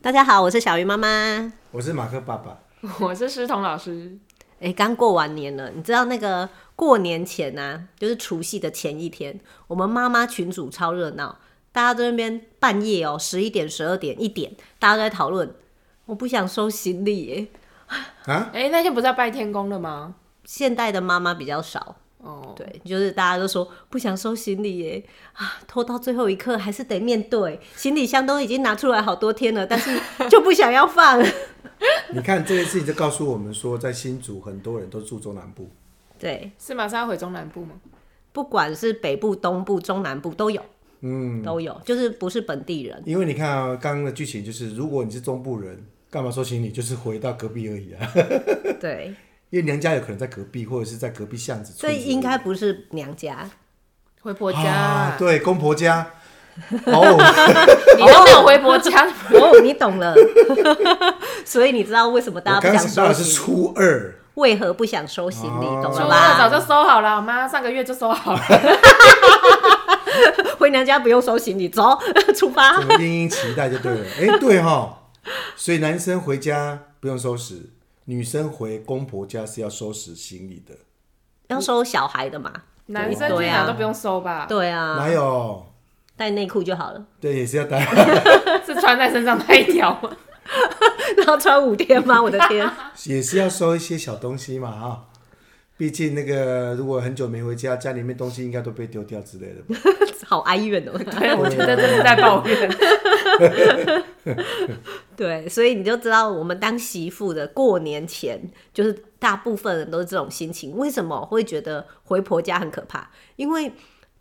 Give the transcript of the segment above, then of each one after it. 大家好，我是小鱼妈妈。我是马克爸爸， 我是诗彤老师，哎、刚过完年了，你知道那个过年前啊，就是除夕的前一天，我们妈妈群组超热闹，大家都在那边半夜哦、1十一点、十二点、一点，大家都在讨论。我不想收行李耶，啊，哎、那天不是在拜天公了吗？现代的妈妈比较少，哦，对，就是大家都说不想收行李耶，啊，拖到最后一刻还是得面对，行李箱都已经拿出来好多天了，但是就不想要放。 你看这件事情就告诉我们说，在新竹很多人都住中南部，对，是马上要回中南部吗？不管是北部、东部、中南部都有，嗯，都有，就是不是本地 人。因为你看啊，刚刚的剧情就是，如果你是中部人，干嘛收行李？就是回到隔壁而已啊， 对，因为娘家有可能在隔壁，或者是在隔壁巷子。所以应该不是娘 家。回婆婆家，啊对，公婆家。哦，你都没有回婆家，哦，你懂了。 所以你知道为什么哦我大家刚不刚想到想收的是哦行？初二，为何不想收行李？懂初了二早吧？就收好了，我妈上个月就收好了。回娘家不用收行李，走， 出我发。们殷殷期待就对了。哎、对哈，所以男生回家不用收拾，女生回公婆家是要收拾行李的。要收小孩的嘛？男生去对哪啊都不用收吧，对啊，哪有？带内裤就好了， 对，也是要带。是穿在身上那一条吗？然后穿五天吗？我的天！也是要收一些小东西嘛哈、毕竟那个如果很久没回家，家里面东西应该都被丢掉之类的吧。好哀怨哦。对， 我觉得这是在抱怨。对，所以你就知道我们当媳妇的过年前，就是大部分人都是这种心情。为什么会觉得回婆家很可怕？因为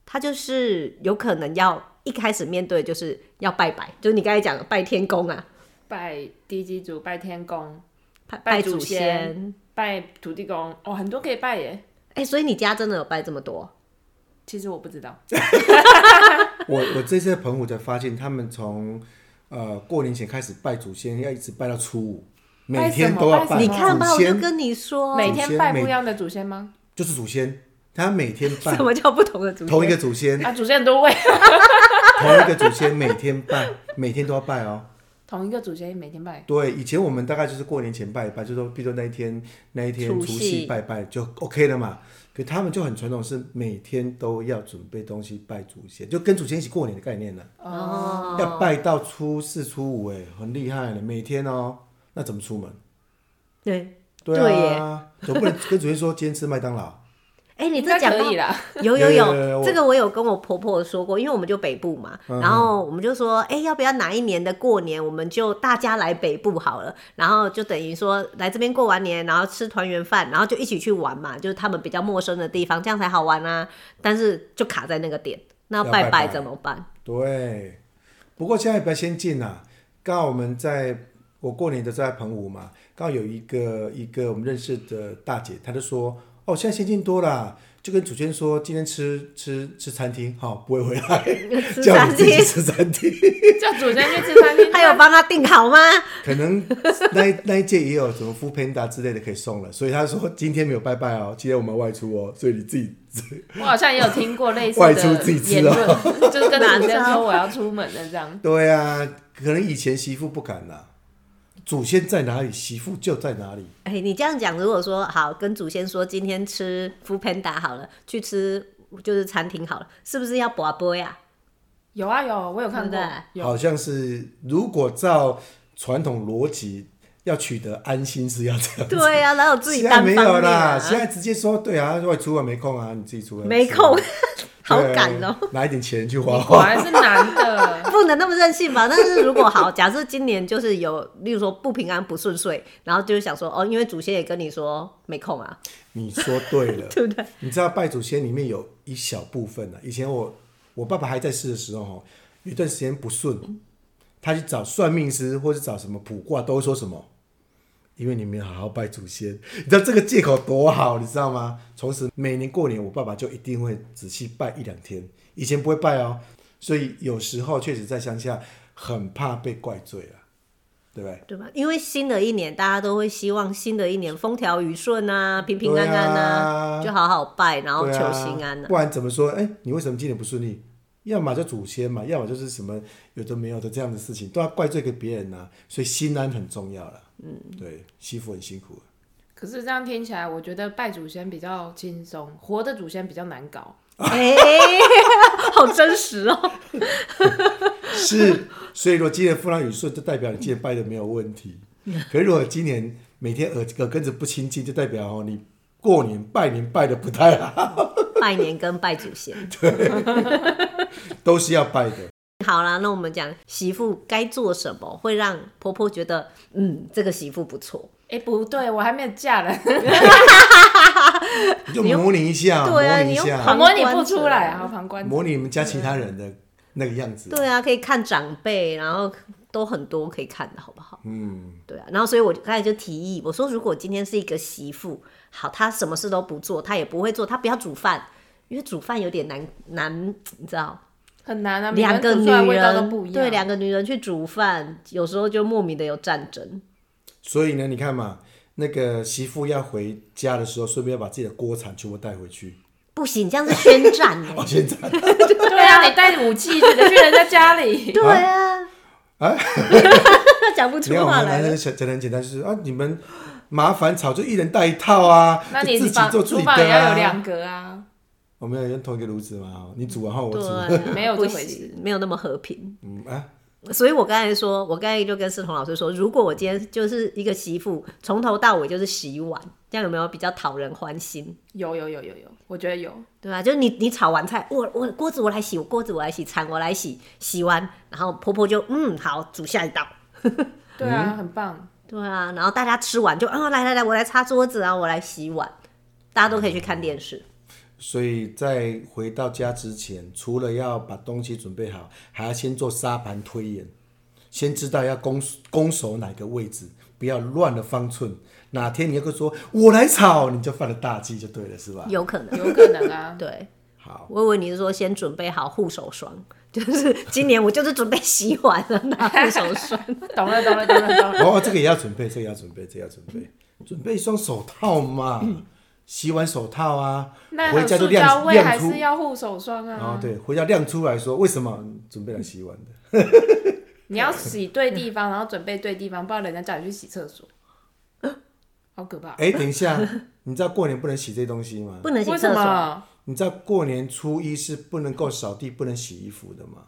他就是有可能要一开始面对就是要拜拜，就是你刚才讲的拜天公啊，拜地基主，拜天公，拜拜祖祖先先。拜土地公，哦，很多可以拜耶。哎、所以你家真的有拜这么多？其实我不知道，我我这次在澎湖才发现，他们从呃过年前开始拜祖先，要一直拜到初五，每天都要拜什么拜你嗯看吧，祖我就先，跟你说，每祖天先拜每不一样的祖先吗？就是祖先，他每天拜什么叫不同的祖先？同一个祖先， 啊，祖先很多位，同一个祖先，每天拜，每天都要拜哦。同一个祖先每天拜。对，以前我们大概就是过年前拜一拜，就说，比如说那一天那一天除除夕夕拜拜就 OK 了嘛。可他们就很传统，是每天都要准备东西拜祖先，就跟祖先一起过年的概念呢、哦，要拜到初四、初五，哎，很厉害了，每天哦。那怎么出门？对。对啊，总不能跟祖先说今天吃麦当劳。哎、你应这该讲可到以啦。 有有有有有有，我嗯这个我有跟我婆婆说过，因为我们就北部嘛，然后我们就说，哎、要不要哪一年的过年，我们就大家来北部好了，然后就等于说来这边过完年，然后吃团圆饭，然后就一起去玩嘛，就是他们比较陌生的地方，这样才好玩啊。但是就卡在那个点，那要拜拜拜拜怎么办？对，不过现在比较先进啊。刚好我们在我过年的在澎湖嘛，刚好有一个一个我们认识的大姐，她就说：“哦，现在先进多啦，就跟主持人说今天吃吃吃餐厅，好、不会回 来，吃叫餐你自己厅，吃餐厅。叫祖先去吃餐 厅，还有帮他订好吗？可能那一那一届也有什么 Food Panda 之类的可以送了，所以她说今天没有拜拜哦，今天我们外出哦，所以你自己我好像也有听过类似外出自己的吃言论，就是跟祖先说我要出门了这样。对啊，可能以前媳妇不敢啦，祖先在哪里，媳妇就在哪里。”哎、你这样讲，如果说好跟祖先说今天吃 f o o Panda 好了，去吃就是餐厅好了，是不是要拔播呀？有啊有，我有看对过不对，有好像是如果照传统逻辑，要取得安心是要这样子。对呀、然后自己 现在单没方有面、啊啦，现在直接说对啊，外出啊没空啊，你自己出 来没吃空， 好对赶哦、 拿一点钱去花你果花。然是男的，不能那么任性吧？但是如果好，假设今年就是有，例如说不平安、不顺遂，然后就是想说，哦，因为祖先也跟你说没空啊，你说 对了，对不对？ 你知道拜祖先里面有一小部分啊，以前我我爸爸还在世的时候哦，有一段时间不顺，他去找算命师或者找什么卜卦，都会说什么。因为你没有好好拜祖先，你知道这个借口多好，你知道吗？从此每年过年，我爸爸就一定会仔细拜一两天，以前不会拜哦，所以有时候确实在乡下很怕被怪罪啊，对不对？对吧？因为新的一年，大家都会希望新的一年风调雨顺啊，平平安安对啊就好好拜，然后对求心安啊啊。 不然怎么说？哎、你为什么今年不顺利？要么就祖先嘛，要么就是什么有的没有的这样的事情，都要怪罪给别人呐、所以心安很重要了。嗯，对，媳妇很辛苦。啊可是这样听起来，我觉得拜祖先比较轻松，活的祖先比较难搞。哎、好真实 哦。是，所以如果今年风调雨顺，就代表你今年拜的没有问题。可是如果今年每天耳耳根子不清净，就代表哦你过年拜年拜的不太好， 拜年跟拜祖先。都是要拜的。好啦，那我们讲媳妇该做什么，会让婆婆觉得，嗯，这个媳妇不错。哎、不对，我还没有嫁人，你就模拟一下，对啊模拟一你用下旁，模拟不出来，啊好旁观者。模拟你们家其他人的那个样子。对啊，可以看长辈，然后都很多可以看的，好不好？嗯，对啊，然后所以我就刚才就提议，我说如果今天是一个媳妇，好，她什么事都不做，她也不会做，她不要煮饭，因为煮饭有点难难，你知道，很难啊，两个每女个人煮出来味道都不人一样。对两个女人去煮饭，有时候就莫名的有战争。所以呢，你看嘛，那个媳妇要回家的时候，顺便要把自己的锅铲全部带回去。不行，这样是宣战欸呢、哦，现 在对啊，你带武器去的去人家 家里，对啊， 讲不出你看我话们来男了生。讲讲得很简单，就是啊，你们麻烦吵就一人带一套啊，那就你自己房做自厨己房也的要有啊。两格啊。我们要用同一个炉子嘛，哦你煮完后我对煮，啊，没有不这回行，没有那么和平。 嗯啊，所以我刚才说，我刚才就跟思彤老师说，如果我今天就是一个媳妇，从头到尾就是洗碗，这样有没有比较讨人欢心？有有有有有，我觉得有。对啊吧？就是你你炒完菜，我我锅子我来洗，我锅子我来洗，铲我来洗，洗完然后婆婆就嗯好煮下一道，对嗯啊，很棒。对啊，然后大家吃完就啊、来来来，我来擦桌子啊，我来洗碗，大家都可以去看电视。所以在回到家之前，除了要把东西准备好，还要先做沙盘推演，先知道要攻攻守哪个位置，不要乱了方寸。哪天你又说“我来炒”，你就犯了大忌就对了，是吧？有可能，，有可能啊对好，我以为你是说先准备好护手霜， 就是今年我就是准备洗碗了，拿护手霜。 懂了懂了懂 了懂了。哦，这个也要准备，这个要准备，这个要准备，准备一双手套嘛，洗碗手套啊，那回有家就塑胶亮味亮还出是，要护手霜哦啊，，对，回家亮出来说为什么准备来洗碗的？你要洗对地方，然后准备对地方，不然人家叫你去洗厕所，好可怕。哎，等一下，你知道过年不能洗这东西吗？不能洗为什厕所，么？你知道过年初一是不能够扫地、不能洗衣服的吗？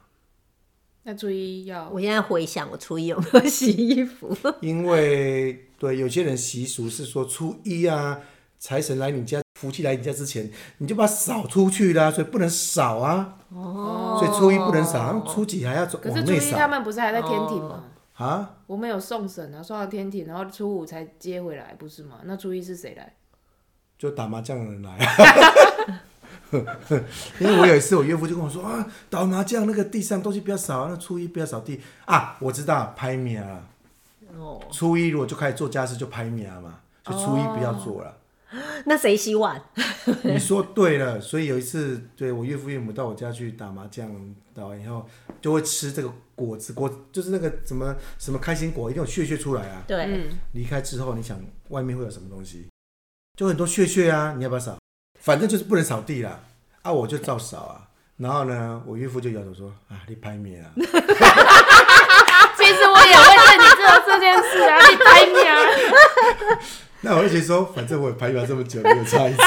那初一要我现在回想我初一有没有洗衣服， 因为对有些人习俗是说初一啊，财神来你家、福气来你家之前，你就把它扫出去啦，所以不能扫啊。哦所以初一不能扫，然后初几还要走可是往初内一他扫们不是还在天庭吗？啊？我们有送神啊，送到天庭，然后初五才接回来，不是吗？那初一是谁来？就打麻将的人来。 因为我有一次，我岳父就跟我说啊，打麻将那个地上东西不要扫啊，那初一不要扫地啊。我知道拍米啊，哦，初一如果就开始做家事就拍米啊嘛，就初一不要做了。那谁洗碗？你说对了，所以有一次，对我岳父岳母到我家去打麻将，打完以后就会吃这个果子，果就是那个什么什么开心果，一定有血血出来啊。对，嗯，离开之后，你想外面会有什么东西？就很多血血啊，你要不要扫？反正就是不能扫地啦。啊，我就照扫啊。然后呢，我岳父就摇头说：“啊，你拍面啊， 其实我也会对你做这件事啊， 你拍你啊， 那我就觉得说，反正我也排完这么久，没有差一次，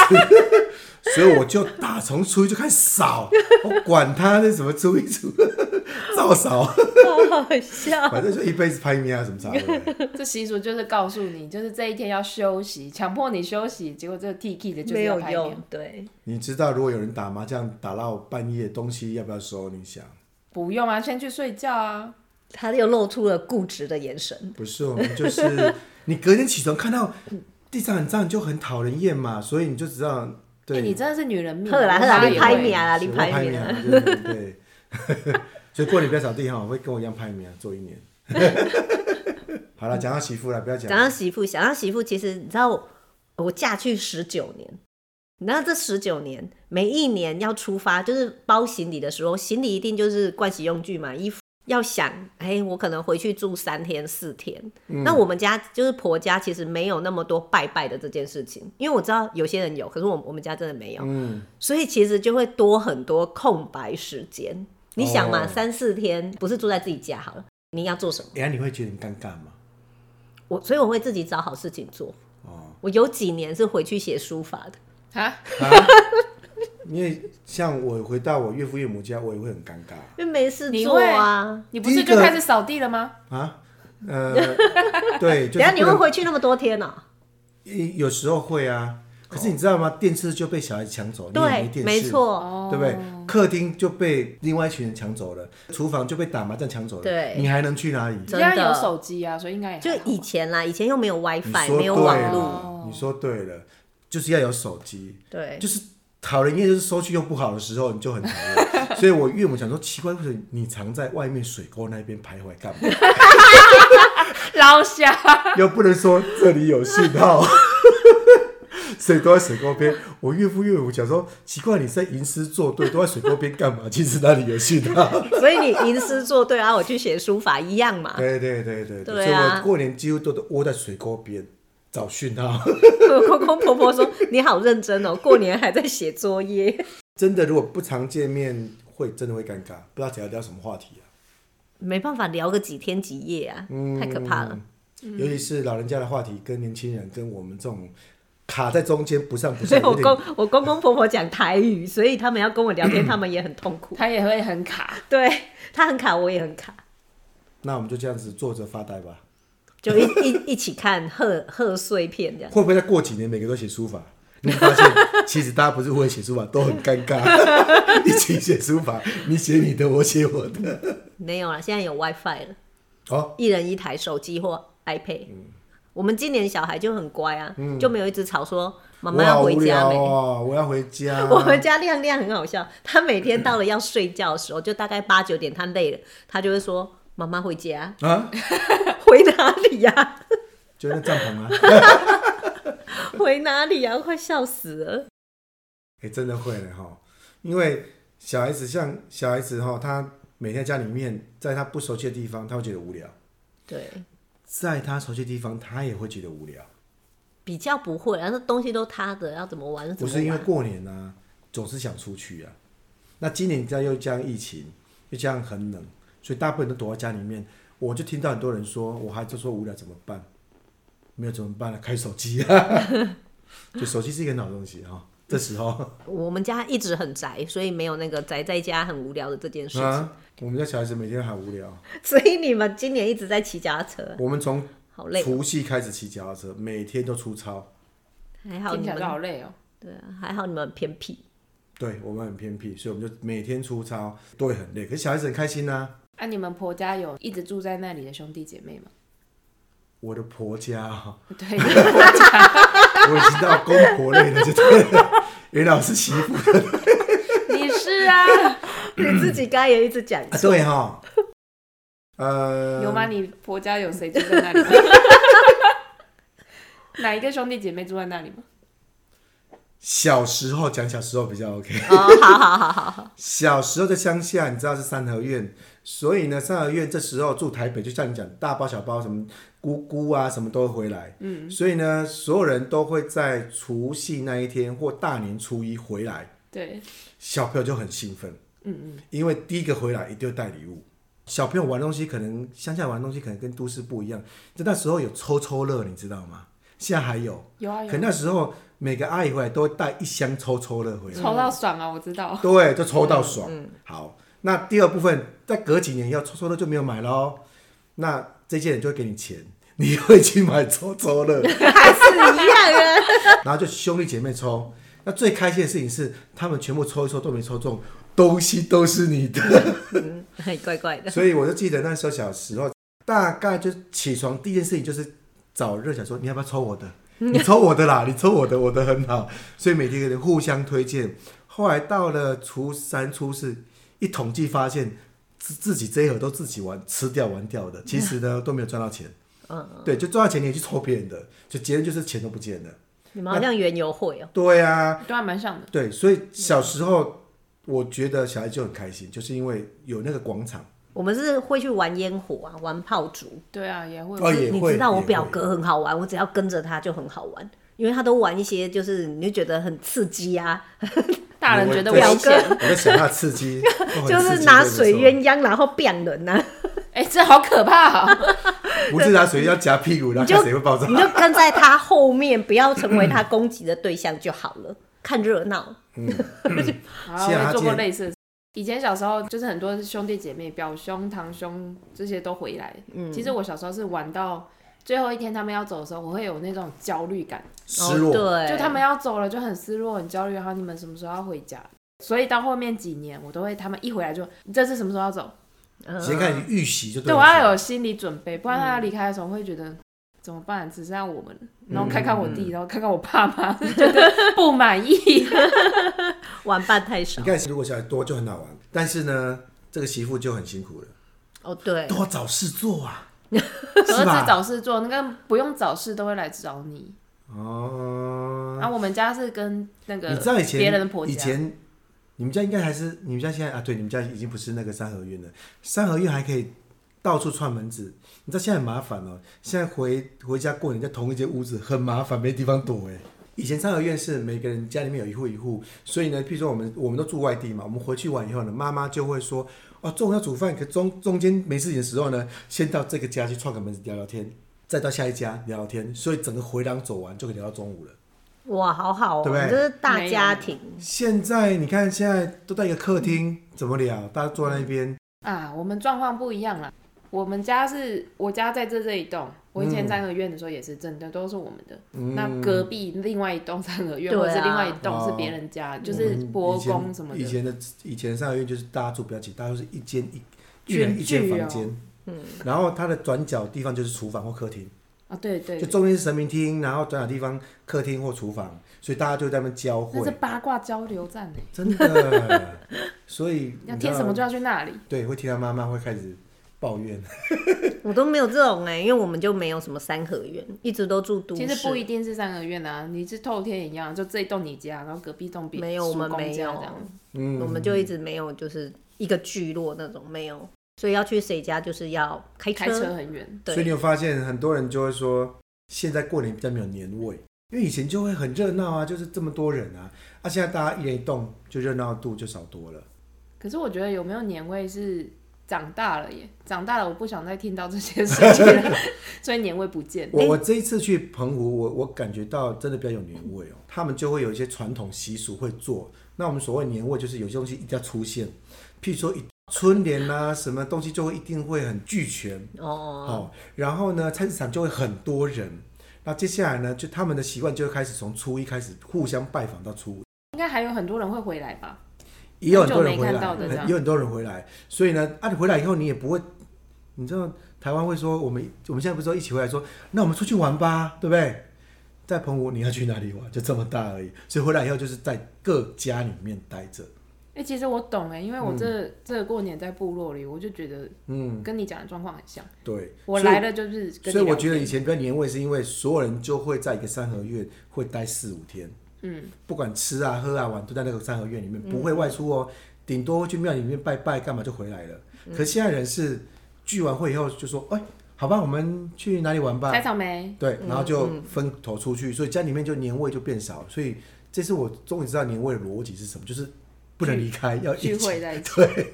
所以我就打从初一就开始扫，我管他那什么初一初二， 照扫，好好笑。反正就一辈子拍面啊，什么差的。这习俗就是告诉你，就是这一天要休息，强迫你休息，结果这个 T K 的 就是没要有拍你用啊，，对，你知道，如果有人打麻将打到半夜，东西要不要收？你想，不用啊，先去睡觉啊。他又露出了固执的眼神。不是我们就是你隔天起床看到地上很脏，你就很讨人厌嘛，所以你就知道，对，哎欸你真的是女人命，好啦好我妈啦，你也拍会你啊啦，你我拍啊你面啊。啊，对对对。 所以过年不要扫地哈，会跟我一样拍面啊，做一年。 好了，讲到媳妇了，不要讲讲到媳妇，想到媳妇，其实你知道我，我嫁去十九年，你知道这十九年，每一年要出发，就是包行李的时候，行李一定就是盥洗用具嘛，衣服。要想，哎、我可能回去住三天四天。嗯那我们家就是婆家，其实没有那么多拜拜的这件事情，因为我知道有些人有，可是我我们家真的没有，嗯，所以其实就会多很多空白时间。你想嘛，哦三四天不是住在自己家好了，你要做什么？哎、啊你会觉得很尴尬吗？我所以我会自己找好事情做。哦，我有几年是回去写书法的，啊，啊、因为像我回到我岳父岳母家，我也会很尴尬因为没事你做会啊。你不是就开始扫地了吗？啊。呃， 对，等一就是下你不会能回去那么多天哦呢、有时候会啊。可是你知道吗？电视就被小孩子抢走，你也对没，电视，没错，哦，对不对？客厅就被另外一群人抢走了，厨房就被打麻将抢走了，对你还能去哪里？真现在的有手机啊，所以应该也就还好 以前啦，以前又没有你 WiFi，说没对有网络，了，你说对了，就是要有手机，对，就是讨人厌，就是收据又不好的时候，你就很讨厌。 所以我岳母想说，奇怪，为什么你常在外面水沟那边徘徊干 嘛？捞虾，又不能说这里有信号， 所以都在水沟边。我岳父岳母讲说，奇怪，你在吟诗作对，都在水沟边干嘛？其实那里有信号。所以你吟诗作对啊，我去写书法一样嘛。对对对对啊对所以啊我过年几乎都都窝在水沟边找讯号。 公公婆婆说你好认真哦，过年还在写作业。真的，如果不常见面，会真的会尴尬，不知道聊聊什么话题啊。没办法聊个几天几夜啊，嗯太可怕了。嗯尤其是老人家的话题，跟年轻人跟我们这种卡在中间不上不所下， 以我有点公我公公婆婆讲台语，所以他们要跟我聊天，他们也很痛苦。他也会很卡。对他很卡，我也很卡，那我们就这样子坐着发呆吧。就一一一起看贺贺岁片这样。会不会再过几年每个都写书法？你会发现其实大家不是会写书法，都很尴 尬，一起写书法，你写你的，我写我的。没有啦，现在有 WiFi 了，哦，一人一台手机或 iPad。我嗯们今年小孩就很乖啊，就没有一直吵说妈我妈要好回无家聊没。哦，我要回 家。我们家亮亮很好笑，他每天到了要睡觉的时候，就大概八九点，他累了，他就会说：“妈妈回家， 啊，回哪里呀、 就那帐篷啊，回哪里呀、快笑死了。哎、真的会了哈，因为小孩子像小孩子哈，他每天在家里面，在他不熟悉的地方，他会觉得无聊；对，在他熟悉的地方，他也会觉得无聊。比较不会，然后东西都他的，要怎么玩就怎不么是因为玩。过年啊，总是想出去啊。那今年你知道又这样疫情，又这样很冷，所以大部分都躲在家里面。我就听到很多人说，我孩子说无聊怎么办？没有怎么办了、开手机啊。 就手机是一个很好东西哈、这时候我们家一直很宅，所以没有那个宅在家很无聊的这件事情。 啊，我们家小孩子每天很无聊。 所以你们今年一直在骑脚踏车，我们从好累哦、除夕开始骑脚踏车，每天都出操。还好听你起来们就好累哦。对啊，还好你们很偏僻。对我们很偏僻，所以我们就每天出操，都会很累。可是小孩子很开心呐、啊，你们婆家有一直住在那里的兄弟姐妹 吗？我的婆家啊、对，你们婆家我已经到公婆类了，就对了。 袁老师媳妇你是啊， 你自己刚才也一直 讲啊，错，对哈，呃，有吗？？你婆家有谁住在那里 吗？哪一个兄弟姐妹住在那里吗？小时候讲小时候比较 OK。哦，好好好好好，小时候在乡下，你知道是三合院，所以呢，三合院这时候住台北，就像你讲，大包小包，什么姑姑啊，什么都会回来。嗯，所以呢，所有人都会在除夕那一天或大年初一回来，对，小朋友就很兴奋。嗯嗯，因为第一个回来一定会带礼物。小朋友玩东西可能乡下玩东西可能跟都市不一样，就那时候有抽抽乐，你知道吗？现在还有，有啊有可啊，那时候每个阿姨回来都会带一箱抽抽乐回来，抽到嗯爽啊，我知道。对，就抽到爽。好，那第二部分，再隔几年要抽抽乐就没有买喽，那这些人就会给你钱，你会去买抽抽 乐，还是一样啊。然后就兄弟姐妹抽。那最开心的事情是，他们全部抽一抽都没抽中，东西都是你的。嘿 怪怪 的。所以我就记得那时候小时候，大概就起床第一件事情就是找热想说你要不要抽 我的，你抽我的啦，你抽我的，我的很好，所以每天有点互相推荐。后来到了初三、初四，一统计发现自自己这一盒都自己玩吃掉玩掉 的，其实呢都没有赚到钱。嗯，对，就赚到钱你也去抽别人的，就结论就是钱都不见了。你们好像园游会哦、对啊，都还蛮像的，对，所以小时候我觉得小孩就很开心，就是因为有那个广场。我们是会去玩烟火啊，玩炮竹。对啊，也会哦也你会知道我也表会哥很好玩，我只要跟着他就很好玩，因为他都玩一些就是你就觉得很刺激啊，大人觉得危表险哥。我在想他的刺 激，就是拿水鸳鸳，鸯然后变啊人呐、哎、这好可怕、哦！不是拿水鸳鸯夹屁股，然后看谁会爆炸你。就跟在他后面，不要成为他攻击的对象就好了，看热闹。好，幸我好也他做今过天类似的事。以前小时候就是很多兄弟姐妹、表兄、堂兄这些都回来。嗯，其实我小时候是玩到最后一天，他们要走的时候，我会有那种焦虑感，失落，哦、对，就他们要走了就很失落、很焦虑，然后你们什么时候要回家？所以到后面几年，我都会他们一回来就你这次什么时候要走？嗯先看你预习就对，了我要有心理准备，不然他要离开的时候会觉得怎么办？只剩下我们了，然后看看我弟，然后看看我爸妈，就觉得不满意。 玩伴太少你。看，如果小孩多就很好玩，但是呢，这个媳妇就很辛苦了，哦，对，多找事做 啊，儿是吧子找事做，那个不用找事都会来找你。哦，啊，我们家是跟那个你知道以前别人的婆家，以前你们家应该还是你们家现在啊？对，你们家已经不是那个三合院了，三合院还可以到处串门子。你知道现在很麻烦哦，现在回回家过年在同一间屋子很麻烦，没地方躲哎。以前三合院是每个人家里面有一户一户，所以呢，譬如说我们我们都住外地嘛，我们回去完以后呢，妈妈就会说哦，中午要煮饭，可中中间没事情的时候呢，先到这个家去串个门子聊聊天，再到下一家聊聊天，所以整个回廊走完就可以聊到中午了。哇，好好哦，对不对这是大家庭，现在你看，现在都在一个客嗯厅，怎么聊？大家坐在那边，啊，我们状况不一样啦。我们家是我家在这这一栋，我以嗯前三合院的时候也是真的都是我们的。那隔壁另外一栋三合院，对啊或者是另外一栋是别人家，就是伯公什么哦以的。前的以前的上个月就是大家住不要紧，大家都是一间一一群人一间聚哦房间，嗯，然后它的转角地方就是厨房或客厅，啊，对对就，中间是神明厅，然后转角地方客厅或厨房，所以大家就在那边交那是汇，八卦交流站哎，真 的。所以要你知道听什么就要去那里。对，会听到妈妈会开始抱怨，我都没有这种哎、因为我们就没有什么三合院，一直都住都市。其实不一定是三合院啊，你是透天也一样，就这一栋你家，然后隔壁栋别没有我们叔公没家有这样。嗯，我们就一直没有就是一个聚落那种没有，所以要去谁家就是要开车。开车很远，所以你对，有发现很多人就会说，现在过年比较没有年味，因为以前就会很热闹啊，就是这么多人啊，啊，现在大家一人一动，就热闹度就少多了。可是我觉得有没有年味是长大了耶，长大了我不想再听到这些事情了， 所以年味不见。我我这一次去澎湖，我我感觉到真的比较有年味哦，他们就会有一些传统习俗会做。那我们所谓年味，就是有些东西一定要出现，譬如说一春联啊，什么东西就会一定会很俱全。哦，哦，然后呢，菜市场就会很多人。那接下来呢，就他们的习惯就会开始从初一开始互相拜访到初五，应该还有很多人会回来吧？也有很多人很久没回来，哎看到的这样很也有很多人回来。所以呢，啊，你回来以后你也不会，你知道台湾会说我们我们现在不是说一起回来说，那我们出去玩吧，对不对？在澎湖你要去哪里玩，就这么大而已。所以回来以后就是在各家里面待着，哎、其实我懂哎，因为我这、嗯这个过年在部落里，我就觉得，嗯，跟你讲的状况很像。对。我所以来了就是跟所以你我聊觉得天以前比较年味，是因为所有人就会在一个三合院会待四五天，嗯，不管吃啊、喝啊、玩，都在那个三合院里面，嗯不会外出哦，顶多会去庙里面拜拜，干嘛就回来了。嗯可现在人是聚完会以后就说，哎、好吧，我们去哪里玩吧开，嗯场没？对，然后就分头出去，所以家里面就年味就变少。所以这次我终于知道年味的逻辑是什么，就是不能离开，要聚一起，会在一起。 对，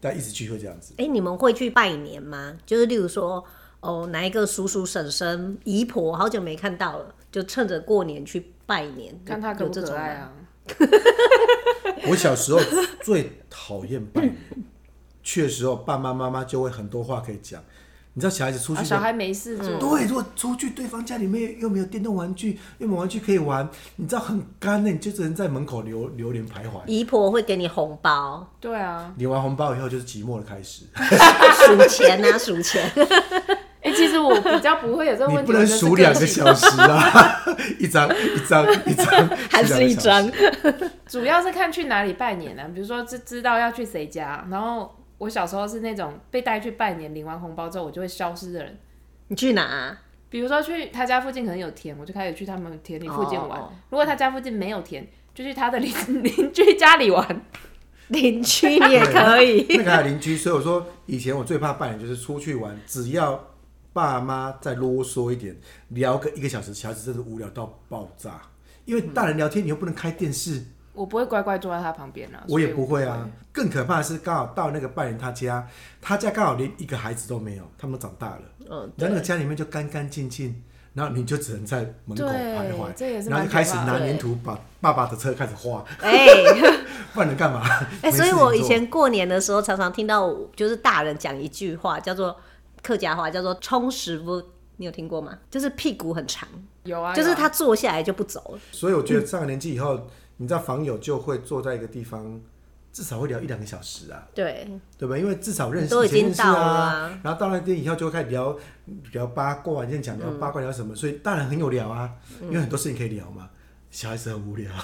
但一直聚会这样子。哎、你们会去拜年吗？就是例如说，哦，哪一个叔叔、婶婶、姨婆，好久没看到了，就趁着过年去拜年，看他可有不这可种爱吗？啊！我小时候最讨厌拜年，去的时候爸爸妈妈就会很多话可以讲。你知道小孩子出去、啊，小孩没事嗯做，对，如果出去对方家里面又没有电动玩具，又没有玩具可以玩，你知道很干呢，你就只能在门口流流连徘徊。姨婆会给你红包， 对啊，领完红包以后就是寂寞的开始，数钱啊，数钱。哎、其实我比较不会有这个你问题，不能我就是数两个个性小时啊， 一张一张一张， 还是一数两张个小时。主要是看去哪里拜年啊，比如说知知道要去谁家，然后我小时候是那种被带去拜年，领完红包之后我就会消失的人。你去哪、啊？比如说去他家附近可能有田，我就开始去他们田里附近玩。哦如果他家附近没有田，就去他的邻邻居家里玩。邻居你也可以。那个还有邻 居，所以我说以前我最怕拜年就是出去玩，只要爸妈再啰嗦一点，聊个一个小时，小孩子真的无聊到爆炸。因为大人聊天，你又不能开电视，我不会乖乖坐在他旁边啊，我也所以不会啊。更可怕的是，刚好到那个拜仁他家，他家刚好连一个孩子都没有，他们都长大了，嗯，然后那个对，家里面就干干净净，然后你就只能在门口徘对，徊，这也是然后蛮就可开始怕的拿粘土把爸爸的车开始画，哎、 不然能干嘛？哎、没事所以情我以做前过年的时候，常常听到我就是大人讲一句话，叫做客家话，叫做“充实不”，你有听过吗？就是屁股很长，有哎啊，就是有啊他坐下来就不走了。所以我觉得上了年纪以后，你知道访友就会坐在一个地方，至少会聊一两个小时啊，对，对吧？因为至少认识都已经以前认识到了啊啊，然后到那边以后就会开始聊聊八卦，现在讲聊八卦聊什么，所以当然很有聊啊，因为很多事情可以聊嘛。小孩子很无聊，啊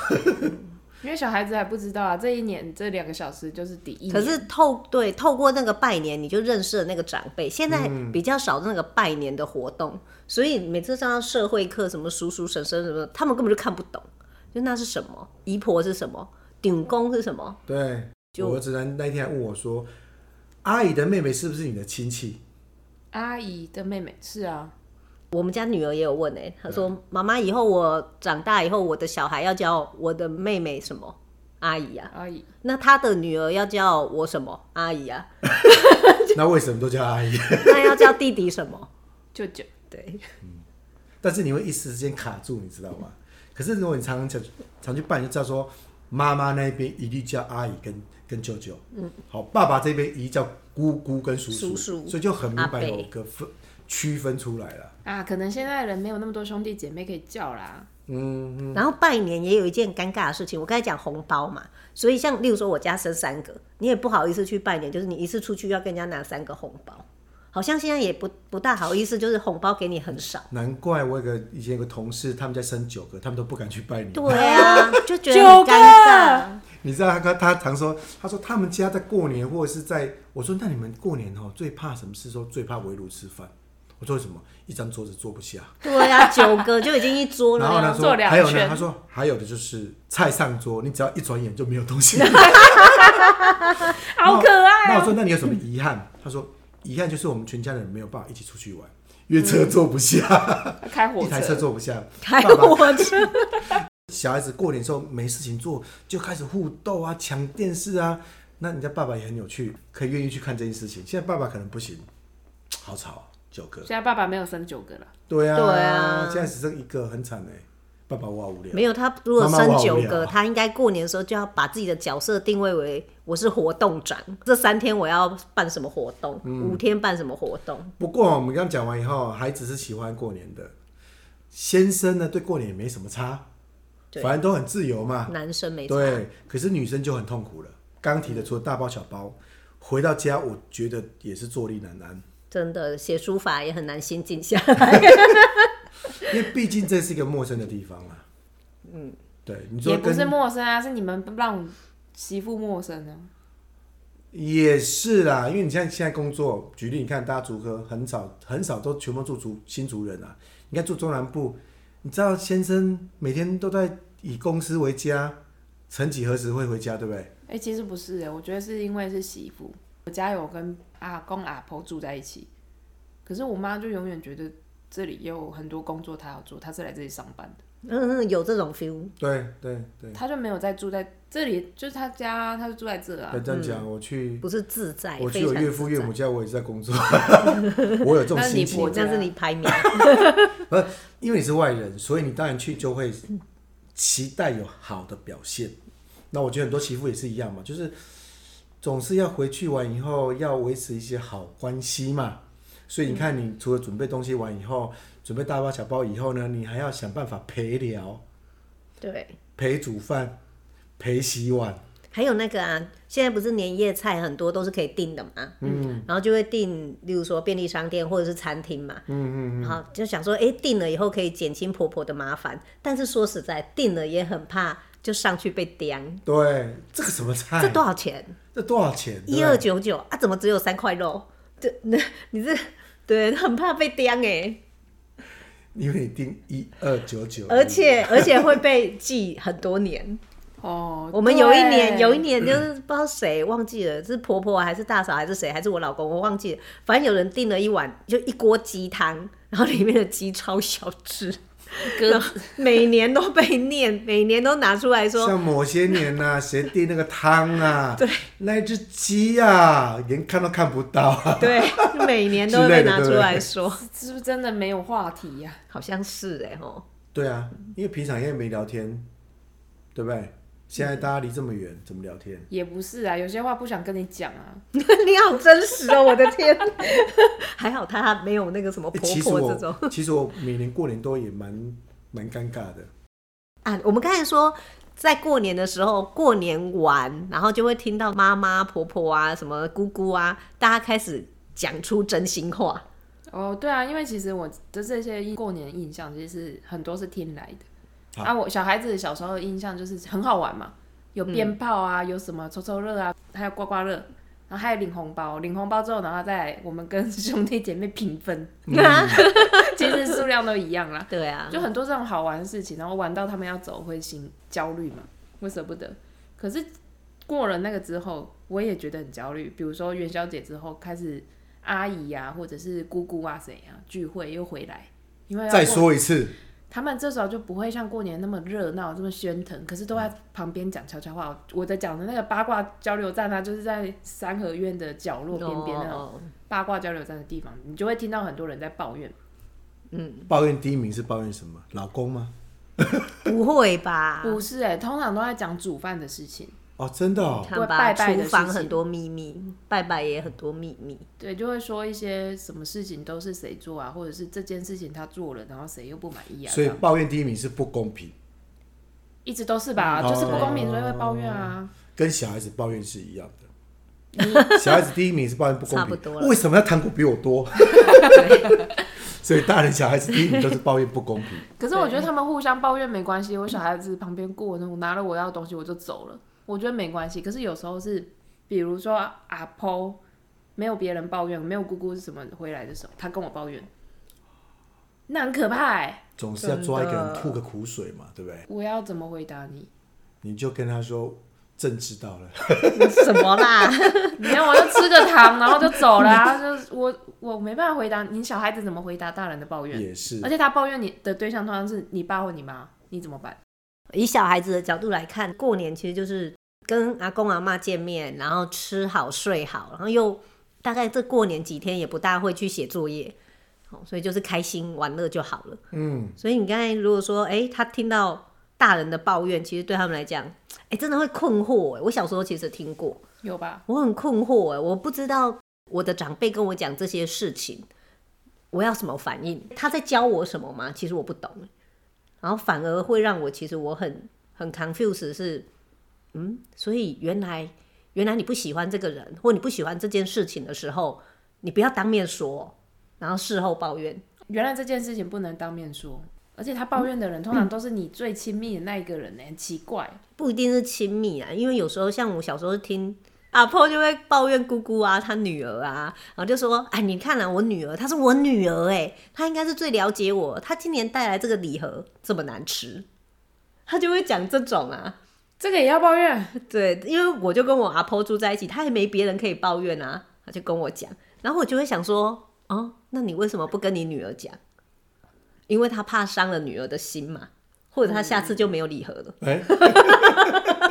因为小孩子还不知道啊，这一年这两个小时就是第一年。可是透对透过那个拜年，你就认识了那个长辈。现在嗯比较少那个拜年的活动，所以每次上到社会课，什么叔叔婶婶什么，他们根本就看不懂，就那是什么，姨婆是什么，顶公是什么。对。就我儿子那那一天还问我说：“阿姨的妹妹是不是你的亲戚阿姨的妹妹是啊，我们家女儿也有问哎、她嗯说：“妈妈，以后我长大以后，我的小孩要叫我的妹妹什么阿姨 啊？阿姨那她的女儿要叫我什么阿姨 啊？？”那为什么都叫阿姨？那要叫弟弟什 么？舅舅对，但是你会一时之间卡住，你知道吗？可是如果你常常讲、常去拜，你就知道说，妈妈那边一律叫阿姨跟跟舅舅，嗯，好，爸爸这边一律叫姑姑跟叔叔叔所以就很明白阿伯有个分区分出来了。啊，可能现在人没有那么多兄弟姐妹可以叫啦。嗯，然后拜年也有一件尴尬的事情，我刚才讲红包嘛，所以像例如说我家生三个，你也不好意思去拜年，就是你一次出去要跟人家拿三个红包，好像现在也不不大好意思，就是红包给你很少。难怪我有个以前有个同事，他们家生九个，他们都不敢去拜年。对啊， 就觉得九很个尴尬。你知道他他常说，他说他们家在过年或者是在，我说那你们过年哦最怕什么事？说最怕围炉吃饭。我说为什么？一张桌子坐不下。对啊，九个就已经一桌了然呀。后呢，做说两还有呢，圈他说还有的就是菜上桌，你只要一转眼就没有东西。 好可爱 那我哦、说那你有什么遗憾？他说遗憾就是我们全家人没有办法一起出去玩，因为车坐不下，开 火一台车坐不下。还爸有爸我吃，小孩子过年的时候没事情做，就开始互斗啊，抢电视啊。那人家爸爸也很有趣，可以愿意去看这件事情。现在爸爸可能不行，好吵，九个。现在爸爸没有生九个了，对啊，对啊现在只剩一个，很惨哎、爸爸哇无聊。没有他如果妈妈生我好九无聊啊个，他应该过年的时候就要把自己的角色定位为我是活动长，这三天我要办什么活动，嗯五天办什么活动，不过我们刚讲完以后，孩子是喜欢过年的，先生呢对过年也没什么差，对反正都很自由嘛。男生没差。啊对，可是女生就很痛苦了。刚提的除了大包小包，回到家我觉得也是坐立难安，真的写书法也很难心静下来，因为毕竟这是一个陌生的地方嘛。嗯，对，你说也不跟是陌生啊，是你们让媳妇陌生啊。也是啦，因为你像现在工作，举例你看，大家竹科很少很少都全部住竹新竹人啊，你看住中南部，你知道先生每天都在以公司为家，曾几何时会回家，对不对？哎、其实不是、欸，我觉得是因为是媳妇。我家有跟阿公阿婆住在一起，可是我妈就永远觉得这里有很多工作她要做，她是来这里上班的，嗯，有这种 feel。对对对，她就没有再住在这里，就是她家啊，她就住在这啊要。这样讲，我去不是自在，我去非我常岳父自岳在母家，我也是在工 作，我有这种那心你情婆我，这样是你排名，因为你是外人，所以你当然去就会期待有好的表现。那我觉得很多媳妇也是一样嘛，就是总是要回去完以后要维持一些好关系嘛。所以你看，你除了准备东西完以后，准备大包小包以后呢，你还要想办法陪聊、对。陪煮饭、陪洗碗。还有那个啊，现在不是年夜菜很多都是可以订的嘛，嗯，然后就会订，例如说便利商店或者是餐厅嘛，嗯嗯，然后就想说，哎、订了以后可以减轻婆婆的麻烦，但是说实在，订了也很怕就上去被刁，对，这个什么菜？这多少钱？这多少钱？一对二九九啊，怎么只有三块肉？ 这那你这对很怕被刁哎、因为你定一二九九，而且而且会被记很多年。哦，我们有一年，对有一年就是不知道谁忘记了，是婆婆还是大嫂还是谁，还是我老公，我忘记了。反正有人订了一碗，就一锅鸡汤，然后里面的鸡超小只，鸽每年都被念，每年都拿出来说，像某些年呐、 谁订那个汤啊，对，那一只鸡啊，连看都看不到啊。对，每年都会之被类的拿对出不对来说，是不是真的没有话题啊呀、好像是哎、吼， 对啊，因为平常也没聊天，对不对？现在大家离这么远，怎么聊天？也不是啊，有些话不想跟你讲啊。你好真实哦，我的天， 还好他没有那个什么欸婆其实婆这种。我 其实我每年过年都也蛮蛮尴尬的。啊，我们刚才说，在过年的时候，过年完，然后就会听到妈妈、婆婆啊、什么姑姑啊，大家开始讲出真心话。哦，对啊，因为其实我的这些印过年印象，其实是很多是听来的。好啊，我小孩子小时候的印象就是很好玩嘛，有鞭炮啊，有什么抽抽乐啊，还有刮刮乐，然后还有领红包。领红包之后，然后再我们跟 兄弟姐妹平分，其实数量都一样啦。 对啊，就很多这种好玩的事情，然后玩到他们要走会心焦虑嘛，会舍不得。可是过了那个之后，我也觉得很焦虑。比如说元宵节之后，开始阿姨呀、或者是姑姑啊谁啊聚会又回来，因啊为要再过说一次，他们这时候就不会像过年那么热闹、这么喧腾，可是都在旁边讲悄悄话。我在讲的那个八卦交流站啊，就是在三合院的角落边边那种哦八卦交流站的地方，你就会听到很多人在抱怨。抱怨第一名是抱怨什么？老公吗？不会吧？不是哎、通常都在讲煮饭的事情。哦，真的哦，看吧，拜拜厨的房事情很多秘密，拜拜也很多秘密。 对，就会说一些什么事情都是谁做啊，或者是这件事情他做了，然后谁又不满意啊，所以这样抱怨第一名是不公平，一直都是吧，嗯就是不公平，哦所以会抱怨啊。跟小孩子抱怨是一样 的。小孩子第一名是抱怨不公差不多了平，为什么要糖果比我 多？所以大人小孩子第一名都是抱怨不公平。可是我觉得他们互相抱怨没关系，我小孩子旁边过，那种拿了我要的东西我就走了，我觉得没关系。可是有时候是，比如说阿婆没有别人抱怨，没有姑姑是什么回来的时候，他跟我抱怨，那很可怕、欸，总是要抓一个真人的吐个苦水嘛，对不对？我要怎么回答你？你就跟他说朕知道了，什么啦？没有，我就吃个糖，然后就走了、啊。 就是我我没办法回答你小孩子怎么回答大人的抱怨，也是而且他抱怨你的对象通常是你爸或你妈，你怎么办？以小孩子的角度来看，过年其实就是跟阿公阿妈见面，然后吃好睡好，然后又大概这过年几天也不大会去写作业，哦，所以就是开心玩乐就好了。嗯，所以你刚才如果说，哎、他听到大人的抱怨，其实对他们来讲，哎、真的会困惑、哎，我小时候其实听过，有吧？我很困惑哎，我不知道我的长辈跟我讲这些事情，我要什么反应？他在教我什么吗？其实我不懂，欸然后反而会让我其实我很很 confused，是嗯，所以原来原来你不喜欢这个人或你不喜欢这件事情的时候，你不要当面说，然后事后抱怨。原来这件事情不能当面说，而且他抱怨的人通常都是你最亲密的那一个人呢、很奇怪。不一定是亲密啊，因为有时候像我小时候听阿婆就会抱怨姑姑啊，她女儿啊，然后就说：“哎，你看啊，我女儿，她是我女儿、哎，她应该是最了解我，她今年带来这个礼盒这么难吃。”她就会讲这种啊，这个也要抱怨，对，因为我就跟我阿婆住在一起，她也没别人可以抱怨啊，她就跟我讲，然后我就会想说：“哦，那你为什么不跟你女儿讲？因为她怕伤了女儿的心嘛，或者她下次就没有礼盒了。”哎、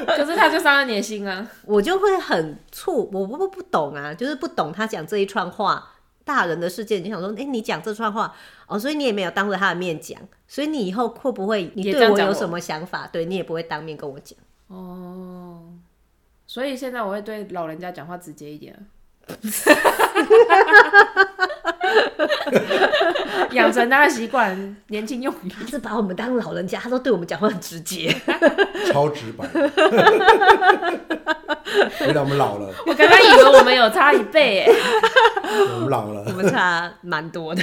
可是他就伤了你的心啊！我就会很错，我不不不懂啊，就是不懂他讲这一串话。大人的世界，你就想说，哎、你讲这串话哦，所以你也没有当着他的面讲，所以你以后会不会，你也这对样我讲有我什么想法？对你也不会当面跟我讲，哦，所以现在我会对老人家讲话直接一 点啊。养成他的习惯，年轻用语。他是把我们当老人家，他都对我们讲话很直接。超直 白。原来我们老了， 我刚刚以为我们有差一倍哎，我们老我了，们差蛮多的，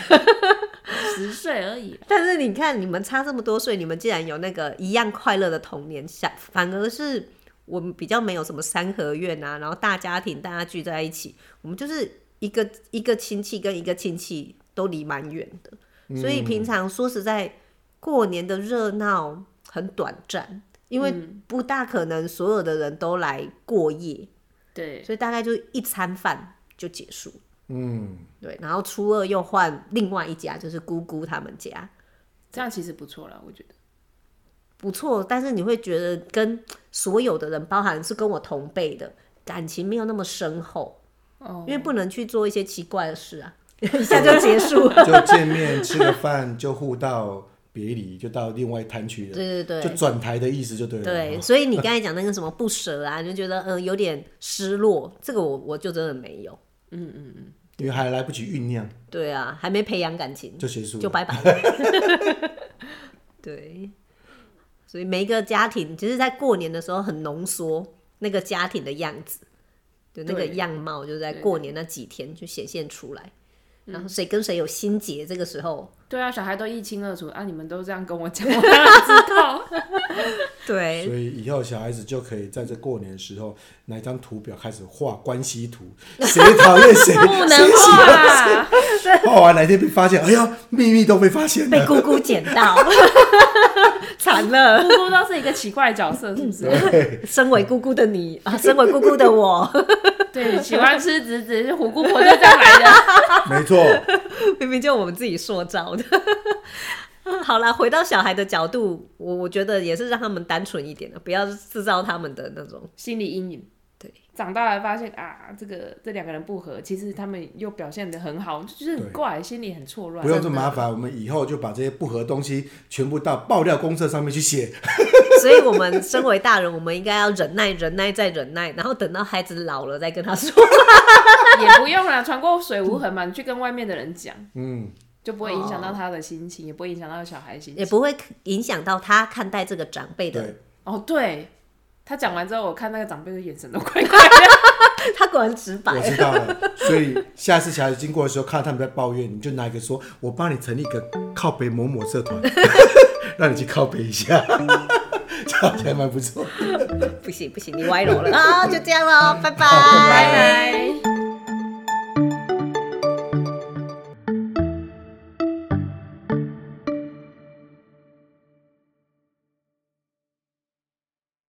十岁而已。但是你看，你们差这么多岁，你们竟然有那个一样快乐的童年，想反而是我们比较没有什么三合院啊，然后大家庭大家聚在一起，我们就是一个一个亲戚跟一个亲戚都离蛮远的，所以平常说实在，过年的热闹很短暂，因为不大可能所有的人都来过夜，对，所以大概就一餐饭就结束。嗯，对，然后初二又换另外一家，就是姑姑他们家，这样其实不错啦，我觉得。不错，但是你会觉得跟所有的人，包含是跟我同辈的，感情没有那么深厚，哦因，为不能去做一些奇怪的事啊， 一下就结 束了。就见面吃个饭，就互道别离，就到另外一摊去了，对对就对转台的意思就对了。对，所以你刚才讲那个什么不舍啊，你就觉得嗯、呃有点失落，这个我我就真的没有。因为还来不及酝酿，对啊，还没培养感情就结束就了。拜拜。对，所以每一个家庭，其实，在过年的时候很浓缩那个家庭的样子，就那个对样貌，就在对过年那几天就显现出来。嗯然后谁跟谁有心结，这个时候，对啊，小孩都一清二楚啊，你们都这样跟我讲，我当然知道。对所以以后小孩子就可以在这过年的时候拿一张图表开始画关系图， 谁讨厌谁， 不能谁喜画啊欢啦，画完哪天被发现，哎呀，秘密都被发现被了。姑姑捡到， 惨了。姑姑都是一个奇怪的角色，是不是？ 对，身为姑姑的你啊，身为姑姑的我，对，喜欢吃籽籽是虎姑婆就这样来的。 没错，明明就我们自己塑造的。 好啦，回到小孩的角度，我我觉得也是让他们单纯一点的，不要制造他们的那种心理阴影。对，长大来发现啊，这个这两个人不合，其实他们又表现的很好，就是很怪，心里很错乱不。用这么麻烦，我们以后就把这些不合的东西全部到爆料公社上面去写。所以，我们身为大人，我们应该要忍耐、忍耐再忍耐，然后等到孩子老了再跟他说。 也不用啦，穿过水无痕嘛，你去跟外面的人讲，嗯，就不会影响到他的心情，也不会影响到小孩心也情。不会影响到他看待这个长辈的对。，哦，对。他讲完之后，我看那个长辈的眼神都怪怪的。他果然直我白，知道了。所以下次小孩子经过的时候，看到他们在抱怨，你就拿一个说：“我帮你成立一个靠北某某社团， 让你去靠北一下。” 这样还蛮不错。不行不行，你歪楼了啊！就这样喽，拜拜拜拜。